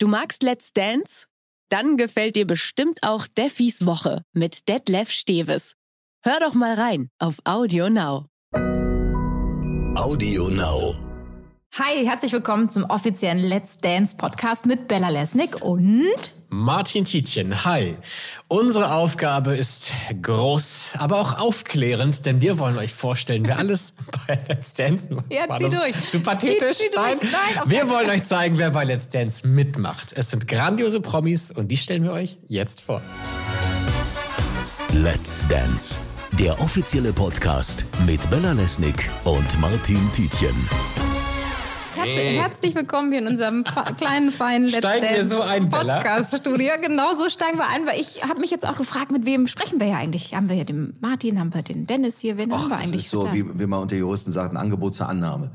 Du magst Let's Dance? Dann gefällt dir bestimmt auch Deffys Woche mit Detlef Steves. Hör doch mal rein auf Audio Now. Audio Now. Hi, herzlich willkommen zum offiziellen Let's Dance Podcast mit Bella Lesnick und Martin Tietjen, hi. Unsere Aufgabe ist groß, aber auch aufklärend, denn wir wollen euch vorstellen, wer alles bei Let's Dance macht. Ja, War zieh das durch. Zu pathetisch. Zieh- zieh durch. Nein, Nein, auf wir keinen wollen euch zeigen, wer bei Let's Dance mitmacht. Es sind grandiose Promis und die stellen wir euch jetzt vor. Let's Dance. Der offizielle Podcast mit Bella Lesnick und Martin Tietjen. herz herzlich willkommen hier in unserem pa- kleinen feinen Let's Steigen wir Dance so ein, Bella? Podcast Studio. Genau so steigen wir ein, weil ich habe mich jetzt auch gefragt, mit wem sprechen wir hier eigentlich? Haben wir hier den Martin, haben wir den Dennis hier, wen haben Ach, wir das eigentlich ist so, da? wie, wie man unter Juristen sagt, ein Angebot zur Annahme.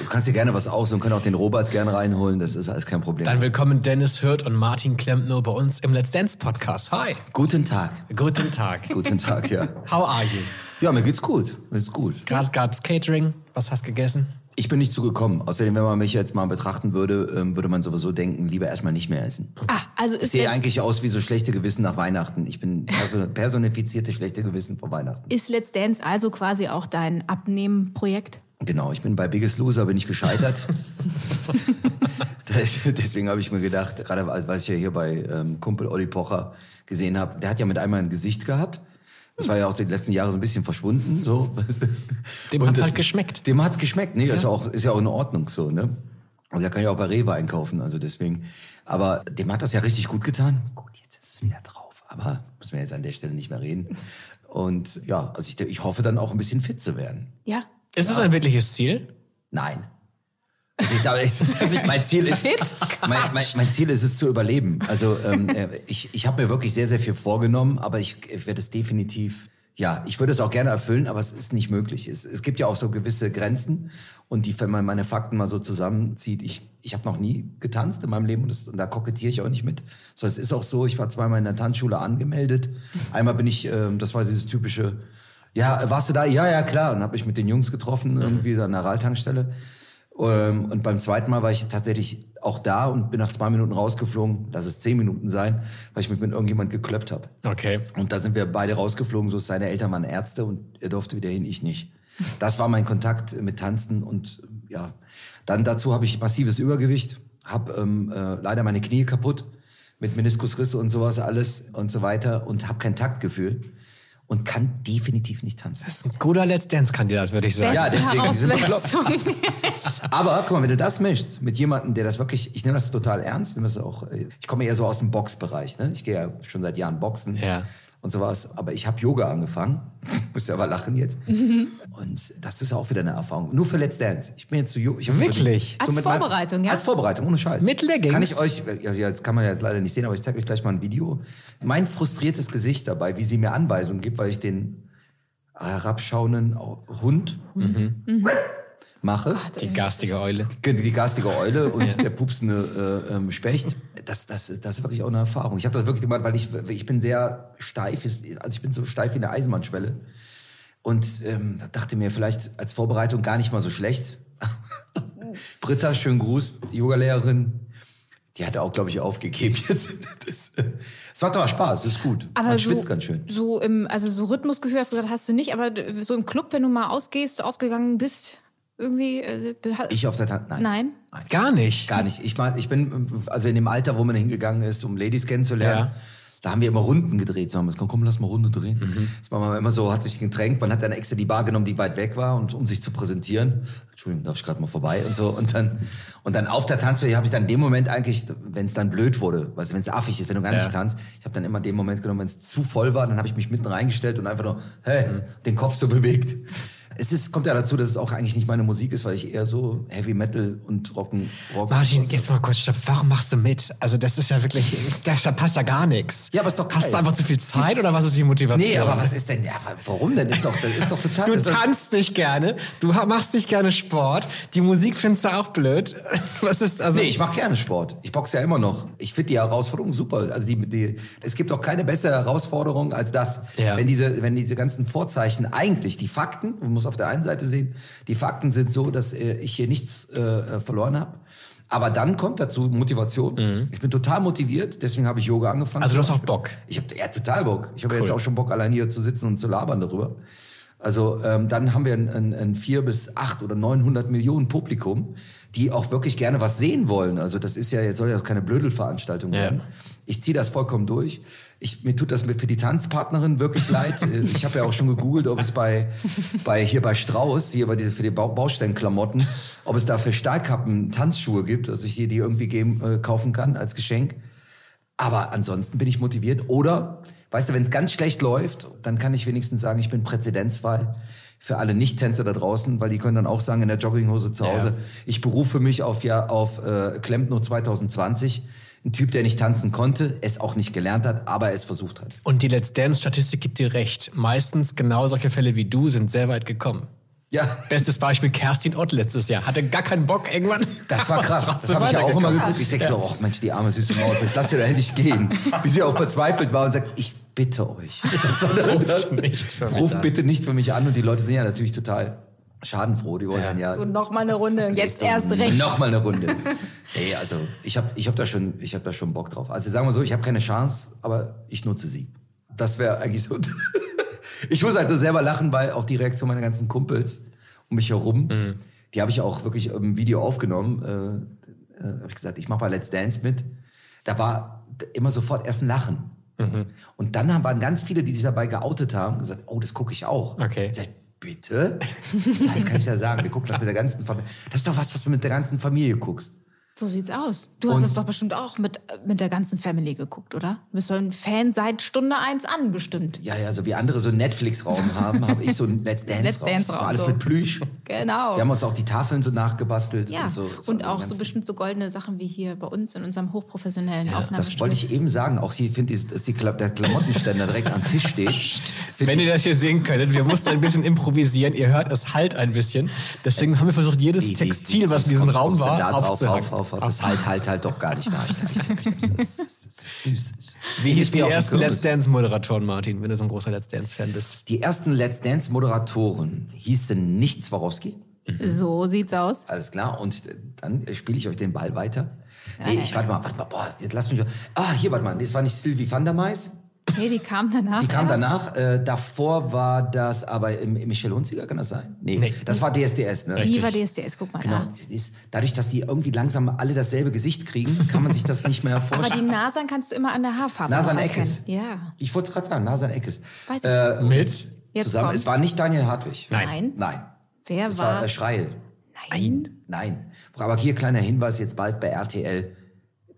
Du kannst dir gerne was aus und können auch den Robert gerne reinholen, das ist alles kein Problem. Dann willkommen Dennis Hürth und Martin Klempner bei uns im Let's Dance Podcast. Hi. Guten Tag. Guten Tag. Guten Tag, ja. How are you? Ja, mir geht's gut. Mir geht's gut. Gerade gab's Catering. Was hast gegessen? Ich bin nicht zugekommen. Außerdem, wenn man mich jetzt mal betrachten würde, ähm, würde man sowieso denken, lieber erstmal nicht mehr essen. Ah, also Ich ist sehe Let's, eigentlich aus wie so schlechte Gewissen nach Weihnachten. Ich bin perso personifizierte schlechte Gewissen vor Weihnachten. ist Let's Dance also quasi auch dein Abnehmen-Projekt? Genau, ich bin bei Biggest Loser, bin ich gescheitert. Das- Deswegen habe ich mir gedacht, gerade weil- was ich ja hier bei ähm, Kumpel Olli Pocher gesehen habe, der hat ja mit einmal ein Gesicht gehabt. Das war ja auch die letzten Jahre so ein bisschen verschwunden. So. Dem Und hat's das- halt geschmeckt. Dem hat's geschmeckt, ne? Ist, auch, ist ja auch in Ordnung so, ne? Also der kann ja auch bei Rewe einkaufen, also deswegen. Aber dem hat das ja richtig gut getan. Gut, jetzt ist es wieder drauf, aber müssen wir jetzt an der Stelle nicht mehr reden. Und ja, also ich, ich hoffe dann auch ein bisschen fit zu werden. Ja. Ist es ein wirkliches Ziel? Nein. Also ich, glaube, ich, also ich, mein, Ziel ist, mein, mein, mein Ziel ist es zu überleben. Also ähm, äh, ich, ich habe mir wirklich sehr, sehr viel vorgenommen, aber ich, ich werde es definitiv, ja, ich würde es auch gerne erfüllen, aber es ist nicht möglich. Es, es gibt ja auch so gewisse Grenzen und die, wenn man meine Fakten mal so zusammenzieht, ich, ich habe noch nie getanzt in meinem Leben und, das, und da kokettiere ich auch nicht mit. So, es ist auch so, ich war zweimal in der Tanzschule angemeldet. Einmal bin ich, ähm, das war dieses typische, ja, warst du da? Ja, ja, klar. Und habe mich mit den Jungs getroffen, irgendwie an der Raltankstelle. Ähm, und beim zweiten Mal war ich tatsächlich auch da und bin nach zwei Minuten rausgeflogen, lass es zehn Minuten sein, weil ich mich mit irgendjemand geklöppt habe. Okay. Und da sind wir beide rausgeflogen, so seine Eltern waren Ärzte und er durfte wieder hin, ich nicht. Das war mein Kontakt mit Tanzen und ähm, ja, dann dazu habe ich massives Übergewicht, habe ähm, äh, leider meine Knie kaputt mit Meniskusrisse und sowas alles und so weiter und habe kein Taktgefühl und kann definitiv nicht tanzen. Das ist ein guter Let's Dance-Kandidat, würde ich sagen. Ja, Beste deswegen, die sind Herausmessung. Aber guck mal, wenn du das mischst mit jemandem, der das wirklich, ich nehme das total ernst, ich nehme das auch, äh, ich komme eher so aus dem Boxbereich, ne? Ich gehe ja schon seit Jahren boxen Ja. und sowas, aber ich habe Yoga angefangen, musst ja aber lachen jetzt. Mhm. und das ist auch wieder eine Erfahrung, nur für Let's Dance. Ich bin jetzt so Yo- ich hab Wirklich? Als mit meinem- Vorbereitung, ja? Als Vorbereitung, ohne Scheiß. Mit Leggings? Kann ich euch, ja, ja, das kann man jetzt leider nicht sehen, aber ich zeige euch gleich mal ein Video. Mein frustriertes Gesicht dabei, wie sie mir Anweisungen gibt, weil ich den herabschauenden Hund Mhm. Mhm. mache. Die garstige Eule. Genau, Die garstige Eule und der pupsende äh, ähm, Specht. Das, das, das ist wirklich auch eine Erfahrung. Ich habe das wirklich gemacht, weil ich, ich bin sehr steif. Also ich bin so steif wie eine Eisenbahnschwelle. Und ähm, da dachte mir vielleicht als Vorbereitung gar nicht mal so schlecht. Britta, schönen Gruß, die Yogalehrerin. Die hat auch, glaube ich, aufgegeben jetzt. Das, äh, Es macht aber Spaß, ist gut. Man schwitzt so, ganz schön. So im, also so Rhythmusgefühl hast du gesagt, hast du nicht, aber d- so im Club, wenn du mal ausgehst, ausgegangen bist, irgendwie. Äh, beha- Ich auf der Tat, nein. Nein. Gar nicht. Gar nicht. Ich, mein, ich bin äh, also in dem Alter, wo man hingegangen ist, um Ladies kennenzulernen. Ja. Da haben wir immer Runden gedreht. So haben wir gesagt, komm, lass mal Runde drehen. Mhm. Das war man immer so, hat sich getränkt. Man hat dann extra die Bar genommen, die weit weg war, und, um sich zu präsentieren. Entschuldigung, darf ich gerade mal vorbei und so. Und dann, und dann auf der Tanzfläche habe ich dann in dem Moment eigentlich, wenn es dann blöd wurde, weißt du, wenn es affig ist, wenn du gar nicht Ja. tanzt, ich habe dann immer den Moment genommen, wenn es zu voll war, dann habe ich mich mitten reingestellt und einfach nur, hey, Mhm. den Kopf so bewegt. Es ist, kommt ja dazu, dass es auch eigentlich nicht meine Musik ist, weil ich eher so Heavy Metal und Rocken, Rock Martin, jetzt mal kurz stopp. Warum machst du mit? Also, das ist ja wirklich. Da passt ja gar nichts. Ja, aber ist doch geil. Hast du einfach zu viel Zeit oder was ist die Motivation? Nee, aber was ist denn? Ja, warum denn? Ist doch, das ist doch total. Du das ist doch- tanzt dich gerne, du ha- machst dich gerne Sport, die Musik findest du auch blöd. Was ist also. Nee, ich mache gerne Sport. Ich boxe ja immer noch. Ich finde die Herausforderung super. Also die, die, es gibt doch keine bessere Herausforderung als das. Ja. Wenn, diese, wenn diese ganzen Vorzeichen eigentlich, die Fakten, man muss auf der einen Seite sehen, die Fakten sind so, dass äh, ich hier nichts äh, äh, verloren habe. Aber dann kommt dazu Motivation. Ich bin total motiviert, deswegen habe ich Yoga angefangen. Mhm. Also du hast zum auch Beispiel. Bock. Ich habe ja total Bock. Ich habe Cool. jetzt auch schon Bock, allein hier zu sitzen und zu labern darüber. Also ähm, dann haben wir ein, ein, ein 4 bis 8 oder 900 Millionen Publikum, die auch wirklich gerne was sehen wollen. Also das ist ja, jetzt soll ja keine Blödelveranstaltung Ja. werden. Ich ziehe das vollkommen durch. Ich, mir tut das mit- für die Tanzpartnerin wirklich leid. Äh, Ich habe ja auch schon gegoogelt, ob es bei, bei hier bei Strauß, hier bei diese, für die Bau- Baustellenklamotten, ob es da für Stahlkappen Tanzschuhe gibt, dass ich hier die irgendwie geben, äh, kaufen kann als Geschenk. Aber ansonsten bin ich motiviert. Oder, weißt du, wenn es ganz schlecht läuft, dann kann ich wenigstens sagen, ich bin Präzedenzfall für alle Nicht-Tänzer da draußen, weil die können dann auch sagen in der Jogginghose zu Hause, ich berufe mich auf, ja, auf äh, Klempno 2020. Ein Typ, der nicht tanzen konnte, es auch nicht gelernt hat, aber es versucht hat. Und die Let's Dance-Statistik gibt dir recht. Meistens genau solche Fälle wie du sind sehr weit gekommen. Ja, Bestes Beispiel Kerstin Ott letztes Jahr. Hatte gar keinen Bock irgendwann. das war aber ist krass. Das trotzdem habe ich ja auch immer weitergekommen. geguckt. Ich denke mir, oh Mensch, die arme süße Maus, ich lass dir da endlich gehen. Wie sie auch verzweifelt war und sagt, ich bitte euch. Das soll Ruft nicht für mich Ruf an. bitte nicht für mich an und die Leute sind ja natürlich total schadenfroh. Die wollen dann ja. So, noch mal eine Runde. Jetzt Nächste- erst recht. Noch mal eine Runde. Ey, also ich habe ich hab da, schon- ich hab da schon Bock drauf. Also sagen wir so, ich habe keine Chance, aber ich nutze sie. Das wäre eigentlich so. ich muss halt nur selber lachen, weil auch die Reaktion meiner ganzen Kumpels um mich herum, Mhm. die habe ich auch wirklich im Video aufgenommen. Äh, äh, habe ich gesagt, ich mache bei Let's Dance mit. Da war d- immer sofort erst ein Lachen. Mhm. Und dann haben- waren ganz viele, die sich dabei geoutet haben, gesagt, oh, das gucke ich auch. Okay. Ich sag, bitte? Das kann ich ja sagen. Wir gucken das mit der ganzen Familie. Das ist doch was, was du mit der ganzen Familie guckst. So sieht's aus. Du hast Und- es doch bestimmt auch mit, mit der ganzen Family geguckt, oder? Du bist so ein Fan seit Stunde eins an, bestimmt. Ja, ja, so wie andere so einen Netflix-Raum haben, habe ich so einen Let's Dance-Raum. Let's Dance-Raum, Alles so. mit Plüsch. Genau. Wir haben uns auch die Tafeln so nachgebastelt. ja, und, so, so und den auch so ganzen- bestimmt so goldene Sachen wie hier bei uns in unserem hochprofessionellen ja, Das wollte ich eben sagen. Auch hier finde ich, dass die Kla der Klamottenständer direkt am Tisch steht. Find Wenn ich- ihr das hier sehen könntet, wir mussten ein bisschen improvisieren. Ihr hört, es halt ein bisschen. Deswegen haben wir versucht, jedes Wie- wie- Textil, wie was in kommst- diesem kommst- Raum kommst denn war, da drauf, aufzuhacken. auf, auf, auf. Das halt, halt, halt doch gar nicht da. Ich- ich- ich- ich- das ist- das ist süß. Wie Ich hieß bin die auf dem ersten Kürbis. Let's Dance-Moderatoren, Martin, wenn du so ein großer Let's Dance-Fan bist? Die ersten Let's Dance-Moderatoren hießen nicht Swarovski, So sieht's aus. alles klar. Und dann spiele ich euch den Ball weiter. Nee, ich warte mal, warte mal, boah, jetzt lass mich mal. Ah, hier, warte mal, das war nicht Sylvie van der Mais, Nee, die kam danach. die kam erst. danach. Äh, davor war das aber im, im Michel Hunziker, kann das sein? Nee, Nee. das war DSDS, ne? Die war DSDS, guck mal Genau. da. das Ist, dadurch, dass die irgendwie langsam alle dasselbe Gesicht kriegen, kann man sich das nicht mehr Aber die vorstellen. Nasan kannst du immer an der Haarfarbe Nasan auch erkennen. Eckes. Ja. Ich wollte es gerade sagen, Nasan Eckes. Weiß ich. Äh, Mit? Jetzt zusammen. kommt's. Es war nicht Daniel Hartwig. Nein. Nein. Nein. Wer Es war war? äh, Schreil. Nein. Nein. Aber hier kleiner Hinweis jetzt bald bei RTL.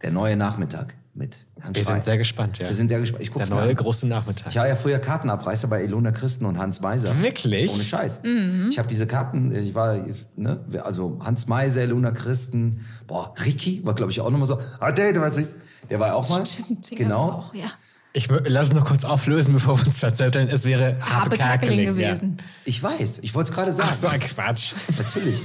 Der neue Nachmittag mit Herrn Wir Schrey. sind sehr gespannt, ja. Wir sind sehr gespannt. Ich Der guck's neue mir an. große Nachmittag. Ich war ja früher Kartenabreißer bei Ilona Christen und Hans Meiser. Wirklich? Mhm. Ohne Scheiß. Ich habe diese Karten, ich war, ne, also Hans Meiser, Ilona Christen, boah, Ricky war, glaube ich, auch nochmal so, ah, der, der, weiß nicht. der war auch mal. Stimmt, den genau. gab's auch, ja. Ich mö- lass es noch kurz auflösen, bevor wir uns verzetteln. Es wäre Habe Habe Kerkeling Kerkeling gewesen. Ich weiß, ich wollte es gerade Ja. sagen. Ach so, ein Quatsch. Natürlich.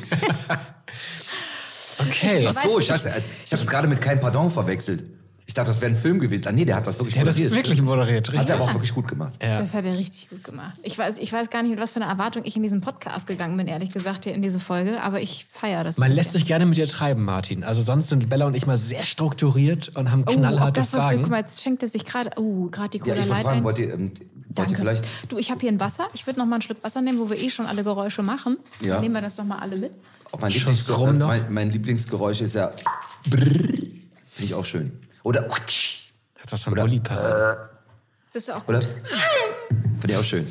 Okay. Ach so, ich, dachte, äh, ich habe es gerade mit kein Pardon verwechselt. Ich dachte, das wäre ein Film gewesen. Ah, nee, der hat das wirklich Der hat das produziert. wirklich moderiert, Hat richtig? er aber auch wirklich gut gemacht. Ja. Das hat er richtig gut gemacht. Ich weiß, ich weiß gar nicht, mit was für einer Erwartung ich in diesen Podcast gegangen bin, ehrlich gesagt, hier in diese Folge, aber ich feiere das. Man ein lässt bisschen. sich gerne mit dir treiben, Martin. Also sonst sind Bella und ich mal sehr strukturiert und haben oh, ob knallharte das, was wir, Fragen. guck mal, jetzt schenkt er sich gerade, oh, gerade die Ja, Cola ich wollte Light fragen, ein. wollt ihr, ähm, wollt ihr Danke. vielleicht. Du, ich habe hier ein Wasser. Ich würde noch mal einen Schluck Wasser nehmen, wo wir eh schon alle Geräusche machen. Ja. Dann nehmen wir das doch mal alle mit. Ob mein, Schuss rum Lieblingsgeräusch, noch? mein, mein Lieblingsgeräusch ist ja. Finde ich auch schön. Oder. Hat was von Oder- Bulli-Parade. Das ist auch gut. Oder? Finde ich auch schön.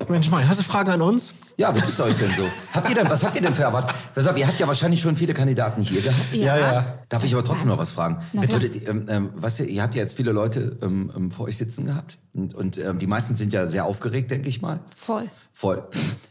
äh, Mensch, Mann, hast du Fragen an uns? Ja, wie geht's euch denn so? Habt ihr denn, was habt ihr denn für erwartet? Pass auf, Ihr habt ja wahrscheinlich schon viele Kandidaten hier gehabt. Ja. Ja, Darf ich aber trotzdem noch was fragen? Na klar. Würdet ihr, ähm, ähm, was ihr, ihr habt ja jetzt viele Leute ähm, ähm, vor euch sitzen gehabt. Und, und ähm, die meisten sind ja sehr aufgeregt, denke ich mal. Voll. Voll.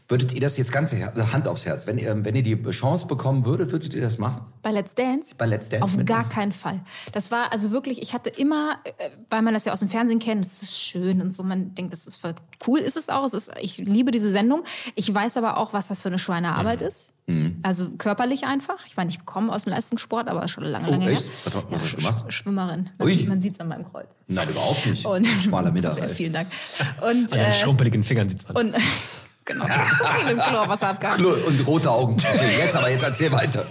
Würdet ihr das jetzt ganz Hand aufs Herz, wenn, ihr- wenn ihr die Chance bekommen würdet, würdet ihr das machen? Bei Let's Dance? Bei Let's Dance Auf mit- gar keinen Fall. Das war also wirklich, ich hatte immer, äh, weil man das ja aus dem Fernsehen kennt, es ist schön und so, man denkt, das ist voll cool, ist es auch. Es ist, ich liebe diese Sendung. Ich weiß aber auch, was das für eine Schweinearbeit Mhm. ist. Also körperlich einfach. Ich meine, ich komme aus dem Leistungssport, aber schon lange, Oh, lange echt? her. Was hat- was hast du Sch- gemacht? Sch- Schwimmerin. Man, Ui. sieht- man sieht es an meinem Kreuz. Nein, überhaupt nicht. Und Schmaler Mittag. Vielen Dank. Und, An den äh, schrumpeligen Fingern sieht's man. und genau, so viel im Chlorwasser abgehauen. Und rote Augen. Okay, jetzt aber, jetzt erzähl weiter.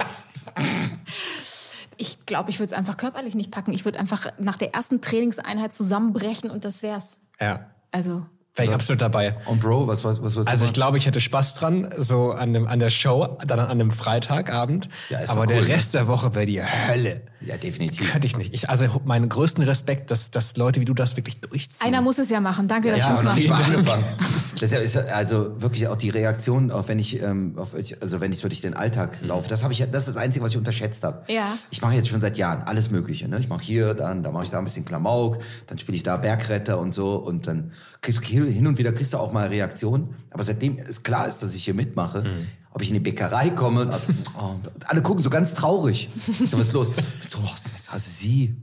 ich glaube, ich würde es einfach körperlich nicht packen. Ich würde einfach nach der ersten Trainingseinheit zusammenbrechen und das wär's. Ja. Also, Wäre ich absolut dabei. Und Bro, was was was, was Also ich glaube, ich hätte Spaß dran, so an, dem, an der Show, dann an einem Freitagabend. Ja, ist doch Aber cool, der ne? Rest der Woche wäre die Hölle. ja definitiv. Könnte ich nicht. Ich, also meinen größten Respekt, dass, dass Leute wie du das wirklich durchziehen. einer muss es ja machen. Danke, dass Ja, du es und noch machst. nicht mal Vielen Dank. angefangen. Das ist ja- ist ja- also wirklich auch die Reaktion, auch wenn ich, ähm, auf, ich- also wenn ich so durch den Alltag laufe, das habe ich, ja- das ist das Einzige, was ich unterschätzt habe. Ja. Ich mache jetzt schon seit Jahren alles Mögliche. Ne? Ich mache hier, dann, da mache ich da ein bisschen Klamauk, dann spiele ich da Bergretter und so und dann kriegst, hin und wieder kriegst du auch mal Reaktionen. Aber seitdem es klar ist, dass ich hier mitmache, ob ich in die Bäckerei komme, und, oh, alle gucken so ganz traurig. Ich So, was ist los? Doch, jetzt hast du sie.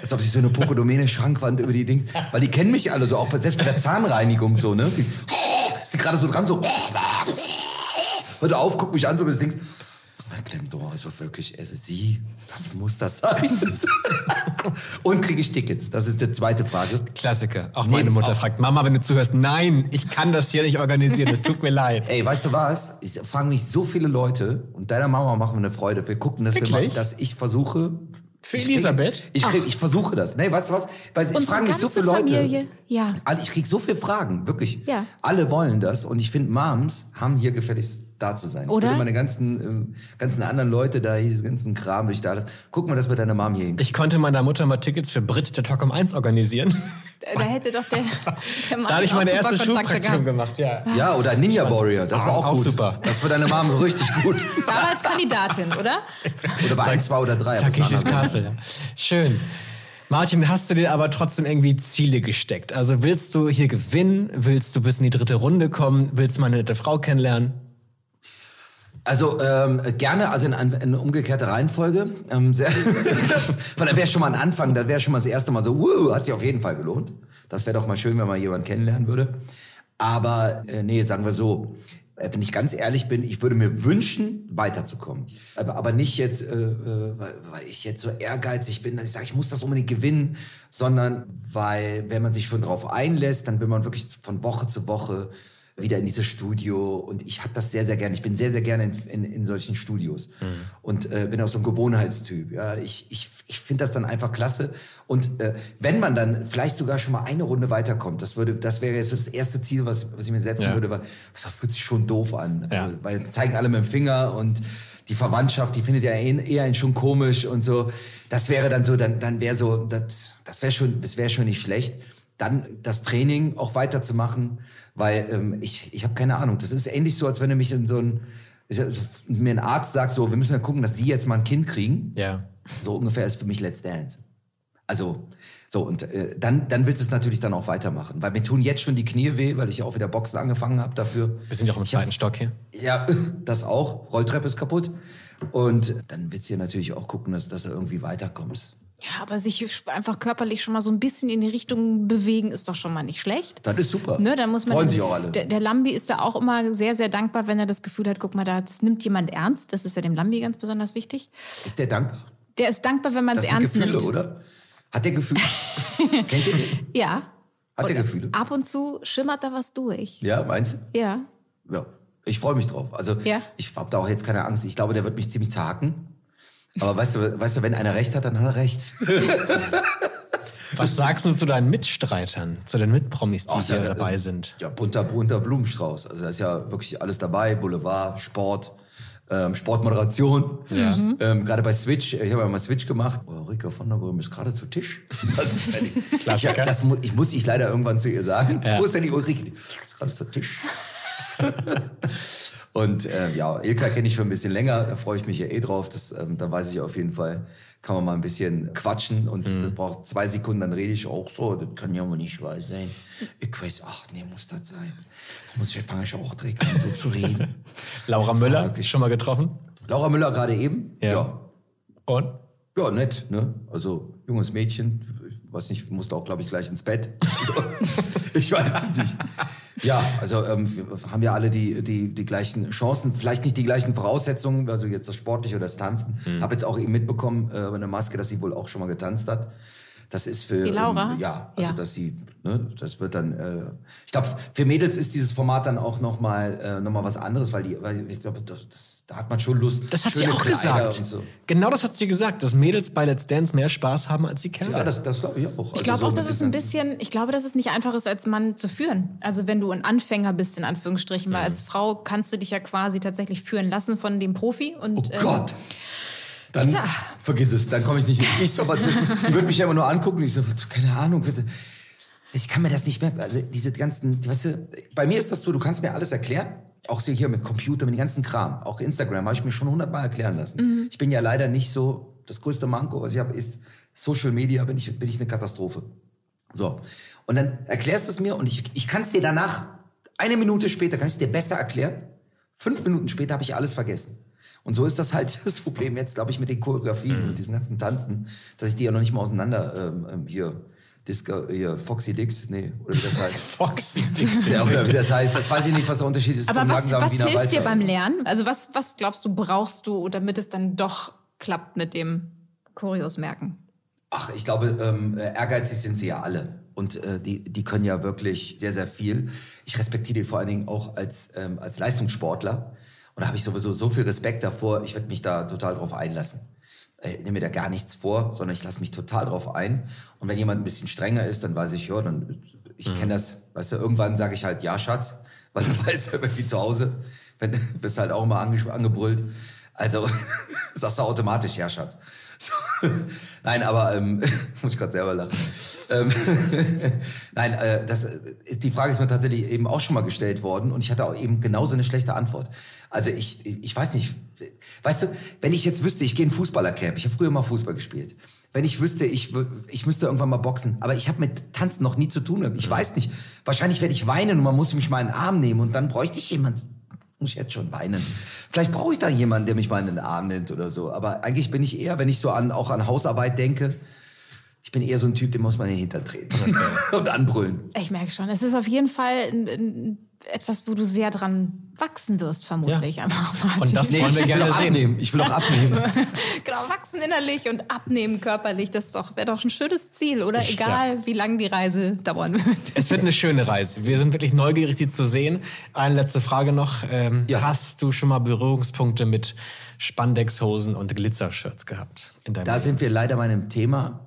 Als ob sich so eine Pokodomene-Schrankwand über die Ding. Weil die kennen mich alle so, auch bei- selbst bei der Zahnreinigung so, ne? Die, ist die gerade so dran, so. Hört auf, guck mich an, so bis links. Mein Klemmdor, es war wirklich, es ist sie. Das muss das sein. Und kriege ich Tickets? Das ist die zweite Frage. Klassiker. Auch Nee, meine Mutter auch- fragt, Mama, wenn du zuhörst, nein, ich kann das hier nicht organisieren, es tut mir leid. Ey, weißt du was? Ich fragen mich so viele Leute und deiner Mama machen wir eine Freude. Wir gucken, dass, wir Wirklich? mal, dass ich versuche. Für ich Elisabeth? Krieg, ich, krieg, ich versuche das. Nee, weißt du was? Weil es Unsere fragen mich so ganze viele Leute. Familie, ja. Alle, ich krieg so viele Fragen, wirklich. Ja. Alle wollen das und ich finde, Moms haben hier gefälligst da zu sein. Oder? Ich würde meine ganzen, äh, ganzen anderen Leute da, hier, diesen ganzen Kram, will ich da alles. Guck mal, dass wir deine Mom hier hinkriegen. Ich konnte meiner Mutter mal Tickets für Brit der Talk um 1 organisieren. Da hätte doch der, der Mann Da hatte ich auch meine super erste Kontakte Schulpraktikum gemacht, ja. Ja, oder Ninja Warrior, das war Ah, auch, auch gut. super. Das war deine Mom richtig gut. Damals Kandidatin, oder? Oder bei 1, 2 oder 3. Takeshis Castle, ja. Schön. Martin, hast du dir aber trotzdem irgendwie Ziele gesteckt? Also willst du hier gewinnen? Willst du bis in die dritte Runde kommen? Willst du meine nette Frau kennenlernen? Also ähm, gerne, also in, an- in umgekehrter Reihenfolge. Ähm, sehr, weil da wäre schon mal ein Anfang, da wäre schon mal das erste Mal so, wow, hat sich auf jeden Fall gelohnt. Das wäre doch mal schön, wenn man jemanden kennenlernen würde. Aber äh, nee, sagen wir so, äh, wenn ich ganz ehrlich bin, ich würde mir wünschen, weiterzukommen. Aber, aber nicht jetzt, äh, äh, weil, weil ich jetzt so ehrgeizig bin, dass ich sage, ich muss das unbedingt gewinnen, sondern weil, wenn man sich schon drauf einlässt, dann will man wirklich von Woche zu Woche wieder in dieses Studio und ich habe das sehr, sehr gerne. Ich bin sehr, sehr gerne in, in, in solchen Studios Mhm. und äh, bin auch so ein Gewohnheitstyp. Ja, ich ich, ich finde das dann einfach klasse. Und äh, wenn man dann vielleicht sogar schon mal eine Runde weiterkommt, das, würde, das wäre jetzt so das erste Ziel, was, was ich mir setzen Ja. würde, weil das fühlt sich schon doof an. Ja. Also, weil zeigen alle mit dem Finger und die Verwandtschaft, die findet ja eh- eher einen schon komisch und so. Das wäre dann so, dann, dann wäre so, das, das wäre schon, das wäre schon nicht schlecht. Dann das Training auch weiterzumachen, weil ähm, ich, ich habe keine Ahnung. Das ist ähnlich so, als wenn du mich in so ein, ich- also, mir ein Arzt sagt, so, wir müssen ja gucken, dass sie jetzt mal ein Kind kriegen. Ja. So ungefähr ist für mich Let's Dance. Also, so, und äh, dann, dann willst du es natürlich dann auch weitermachen. Weil mir tun jetzt schon die Knie weh, weil ich ja auch wieder Boxen angefangen habe dafür. Wir sind ja auch im Ich hab's- zweiten Stock hier. Ja, das auch. Rolltreppe ist kaputt. Und dann willst du ja natürlich auch gucken, dass, dass du irgendwie weiterkommst. Ja, aber sich einfach körperlich schon mal so ein bisschen in die Richtung bewegen, ist doch schon mal nicht schlecht. Das ist super. Ne, dann muss man Freuen sich auch alle. Der, der Lambi ist da auch immer sehr, sehr dankbar, wenn er das Gefühl hat, guck mal, da, das nimmt jemand ernst. Das ist ja dem Lambi ganz besonders wichtig. Ist der dankbar? Der ist dankbar, wenn man Das es sind ernst Gefühle, nimmt. oder? Hat der Gefühle? Kennt ihr den? Ja. Hat der Gefühle? Ab und äh, zu schimmert da was durch. Ja, meinst du? Ja. ja, ich freue mich drauf. Also Ja. ich habe da auch jetzt keine Angst. Ich glaube, der wird mich ziemlich zerhacken. Aber weißt du, weißt du, wenn einer recht hat, dann hat er recht. Was sagst du zu deinen Mitstreitern, zu den Mitpromis, Oh, die hier dabei sind? Ja, bunter, bunter Blumenstrauß. Also da ist ja wirklich alles dabei. Boulevard, Sport, ähm, Sportmoderation. Ähm, gerade bei Switch, ich habe ja mal Switch gemacht. Ulrike von der Röhm ist gerade zu Tisch. Das ist ja die- Klassiker. Ich, das mu ich muss ich leider irgendwann zu ihr sagen. Ja. Wo ist denn die Ulrike? Ist gerade zu Tisch. Und ähm, ja, Ilka kenne ich schon ein bisschen länger, da freue ich mich ja eh drauf. Das, ähm, da weiß ich auf jeden Fall, kann man mal ein bisschen quatschen und Mhm. das braucht zwei Sekunden, dann rede ich auch so. Das kann ja mal nicht wahr sein. Ich weiß, ach nee, muss das sein. Da muss ich, fange ich auch direkt an, so zu reden. Laura Müller, schon mal getroffen? Laura Müller gerade eben? Ja. ja. Und? Ja, nett, ne? Also, junges Mädchen, ich weiß nicht, musste auch, glaube ich, gleich ins Bett. Also, ich weiß es nicht. Ja, also ähm, wir haben ja alle die, die, die gleichen Chancen, vielleicht nicht die gleichen Voraussetzungen, also jetzt das Sportliche oder das Tanzen. Habe jetzt auch eben mitbekommen, äh, bei der Maske, dass sie wohl auch schon mal getanzt hat. Das ist für Die Laura? Ähm, ja, also Ja. dass sie, ne, das wird dann. Äh, ich glaube, für Mädels ist dieses Format dann auch noch mal, äh, noch mal was anderes, weil die, weil ich glaube, das- das- da hat man schon Lust. Das hat sie schöne auch Kleider gesagt. Und so. Genau das hat sie gesagt, dass Mädels bei Let's Dance mehr Spaß haben als die Kerle. Ja, das, das glaube ich auch. Also Ich glaube auch, dass es ein bisschen bisschen, ich glaube, dass es nicht einfach ist, als Mann zu führen. Also wenn du ein Anfänger bist, in Anführungsstrichen, weil als Frau kannst du dich ja quasi tatsächlich führen lassen von dem Profi. Und, Oh ähm, Gott! Dann vergiss es, dann komme ich nicht hin. Ich so, aber die wird mich ja immer nur angucken. Ich so, keine Ahnung, bitte. Ich kann mir das nicht merken. Also diese ganzen, die- weißt du, bei mir ist das so, du kannst mir alles erklären. Auch so hier mit Computer, mit dem ganzen Kram. Auch Instagram habe ich mir schon hundertmal erklären lassen. Mhm. Ich bin ja leider nicht so, das größte Manko, was ich habe, ist Social Media, bin ich, bin ich eine Katastrophe. So. Und dann erklärst du es mir und ich, ich kann es dir danach, eine Minute später, kann ich es dir besser erklären. Fünf Minuten später habe ich alles vergessen. Und so ist das halt das Problem jetzt, glaube ich, mit den Choreografien und diesem ganzen Tanzen, dass ich die ja noch nicht mal auseinander ähm, ähm, hier, Disco, hier, Foxy Dix, nee, oder wie das heißt. Foxy Dixon. ja, oder wie das heißt. Das weiß ich nicht, was der Unterschied ist zum aber was, langsamen was Wiener hilft dir Walzer. beim Lernen? Also was, was glaubst du, brauchst du, damit es dann doch klappt mit dem Choreos merken? Ach, ich glaube, ähm, äh, ehrgeizig sind sie ja alle. Und äh, die, die können ja wirklich sehr, sehr viel. Ich respektiere die vor allen Dingen auch als, ähm, als Leistungssportler. Und da habe ich sowieso so viel Respekt davor. Ich werde mich da total drauf einlassen. Äh, Ich nehme mir da gar nichts vor, sondern ich lasse mich total drauf ein. Und wenn jemand ein bisschen strenger ist, dann weiß ich, ja, dann, ich kenne das. Weißt du, irgendwann sage ich halt, ja, Schatz, weil du weißt ja irgendwie zu Hause, wenn, bist halt auch immer ange, angebrüllt. Also sagst du automatisch, ja, Schatz. So. Nein, aber ähm, muss ich gerade selber lachen. Ähm, Nein, äh, das, äh, ist- die Frage ist mir tatsächlich eben auch schon mal gestellt worden und ich hatte auch eben genauso eine schlechte Antwort. Also ich, ich weiß nicht, weißt du, wenn ich jetzt wüsste, ich gehe in ein Fußballercamp, ich habe früher mal Fußball gespielt. Wenn ich wüsste, ich, wü- ich müsste irgendwann mal boxen, aber ich habe mit Tanzen noch nie zu tun. Ich weiß nicht, wahrscheinlich werde ich weinen und man muss mich mal in den Arm nehmen und dann bräuchte ich jemanden, muss ich jetzt schon weinen. Vielleicht brauche ich da jemanden, der mich mal in den Arm nimmt oder so. Aber eigentlich bin ich eher, wenn ich so an, auch an Hausarbeit denke, ich bin eher so ein Typ, dem muss man in den Hintern treten und anbrüllen. Ich merke schon, es ist auf jeden Fall ein, ein, etwas, wo du sehr dran wachsen wirst, vermutlich einfach mal. Und das wollen ich wir will gerne auch sehen. abnehmen. Ich will auch abnehmen. Genau, wachsen innerlich und abnehmen körperlich, das ist doch- wäre doch ein schönes Ziel, oder? Ich- Egal, wie lang die Reise dauern wird. Es wird eine schöne Reise. Wir sind wirklich neugierig, sie zu sehen. Eine letzte Frage noch. Ähm, Ja. Hast du schon mal Berührungspunkte mit Spandexhosen und Glitzershirts gehabt? In deinem Da Leben? sind wir leider bei einem Thema.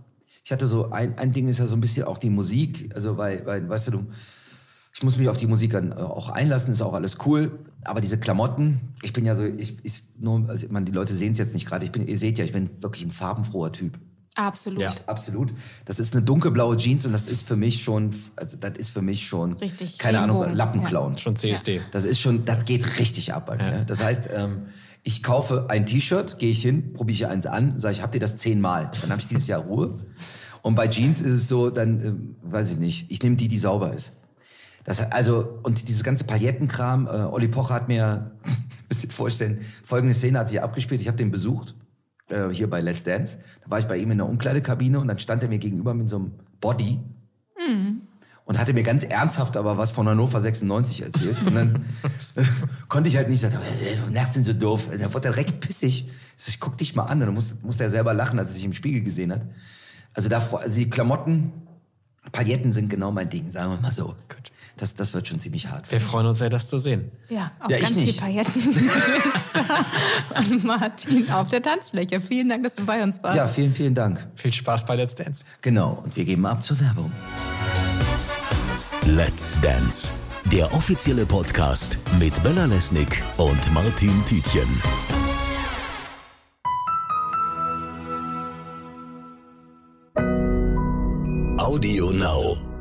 Ich hatte so ein, ein Ding ist ja so ein bisschen auch die Musik. Also, weil, weil weißt du, du, ich muss mich auf die Musik dann äh, auch einlassen, ist auch alles cool. Aber diese Klamotten, ich bin ja so, ich, ich nur, also, man, die Leute sehen es jetzt nicht gerade. Ich bin, ihr seht ja, ich bin wirklich ein farbenfroher Typ. Absolut. Ja. Absolut. Das ist eine dunkelblaue Jeans und das ist für mich schon, also das ist für mich schon, Richtig, keine Ahnung, Regenbogen, Lappenklauen. Schon CSD. Das ist schon, das geht richtig ab bei mir. Das heißt, ähm, ich kaufe ein T-Shirt, gehe ich hin, probiere ich eins an, sage ich, habt ihr das zehnmal? Dann habe ich dieses Jahr Ruhe. Und bei Jeans ist es so, dann ähm, weiß ich nicht, ich nehme die, die sauber ist. Das, also, und dieses ganze Paillettenkram, äh, Olli Pocher hat mir, müsst ihr vorstellen, folgende Szene hat sich abgespielt, ich habe den besucht, äh, hier bei Let's Dance. Da war ich bei ihm in der Umkleidekabine und dann stand er mir gegenüber mit so einem Body, und hatte mir ganz ernsthaft aber was von Hannover 96 erzählt. Und dann äh, konnte ich halt nicht sagen, "Äh, warum lachst denn so doof? Und dann wurde er direkt pissig. Ich, sag, ich guck dich mal an. Und dann musste, musste er selber lachen, als er sich im Spiegel gesehen hat. Also, da, fro- also die Klamotten, Pailletten sind genau mein Ding, sagen wir mal so. Das, das wird schon ziemlich hart. Wir freuen uns sehr, das zu sehen. Ja, auf Ja, ich ganz viel nicht. Pailletten. und Martin auf der Tanzfläche. Vielen Dank, dass du bei uns warst. Ja, vielen, vielen Dank. Viel Spaß bei Let's Dance. Genau. Und wir geben ab zur Werbung. Let's Dance. Der offizielle Podcast mit Bella Lesnick und Martin Tietjen. Audio Now.